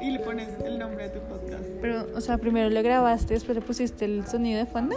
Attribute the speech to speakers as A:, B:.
A: y le pones el nombre de tu podcast.
B: Pero, o sea, primero lo grabaste, después le pusiste el sonido de fondo.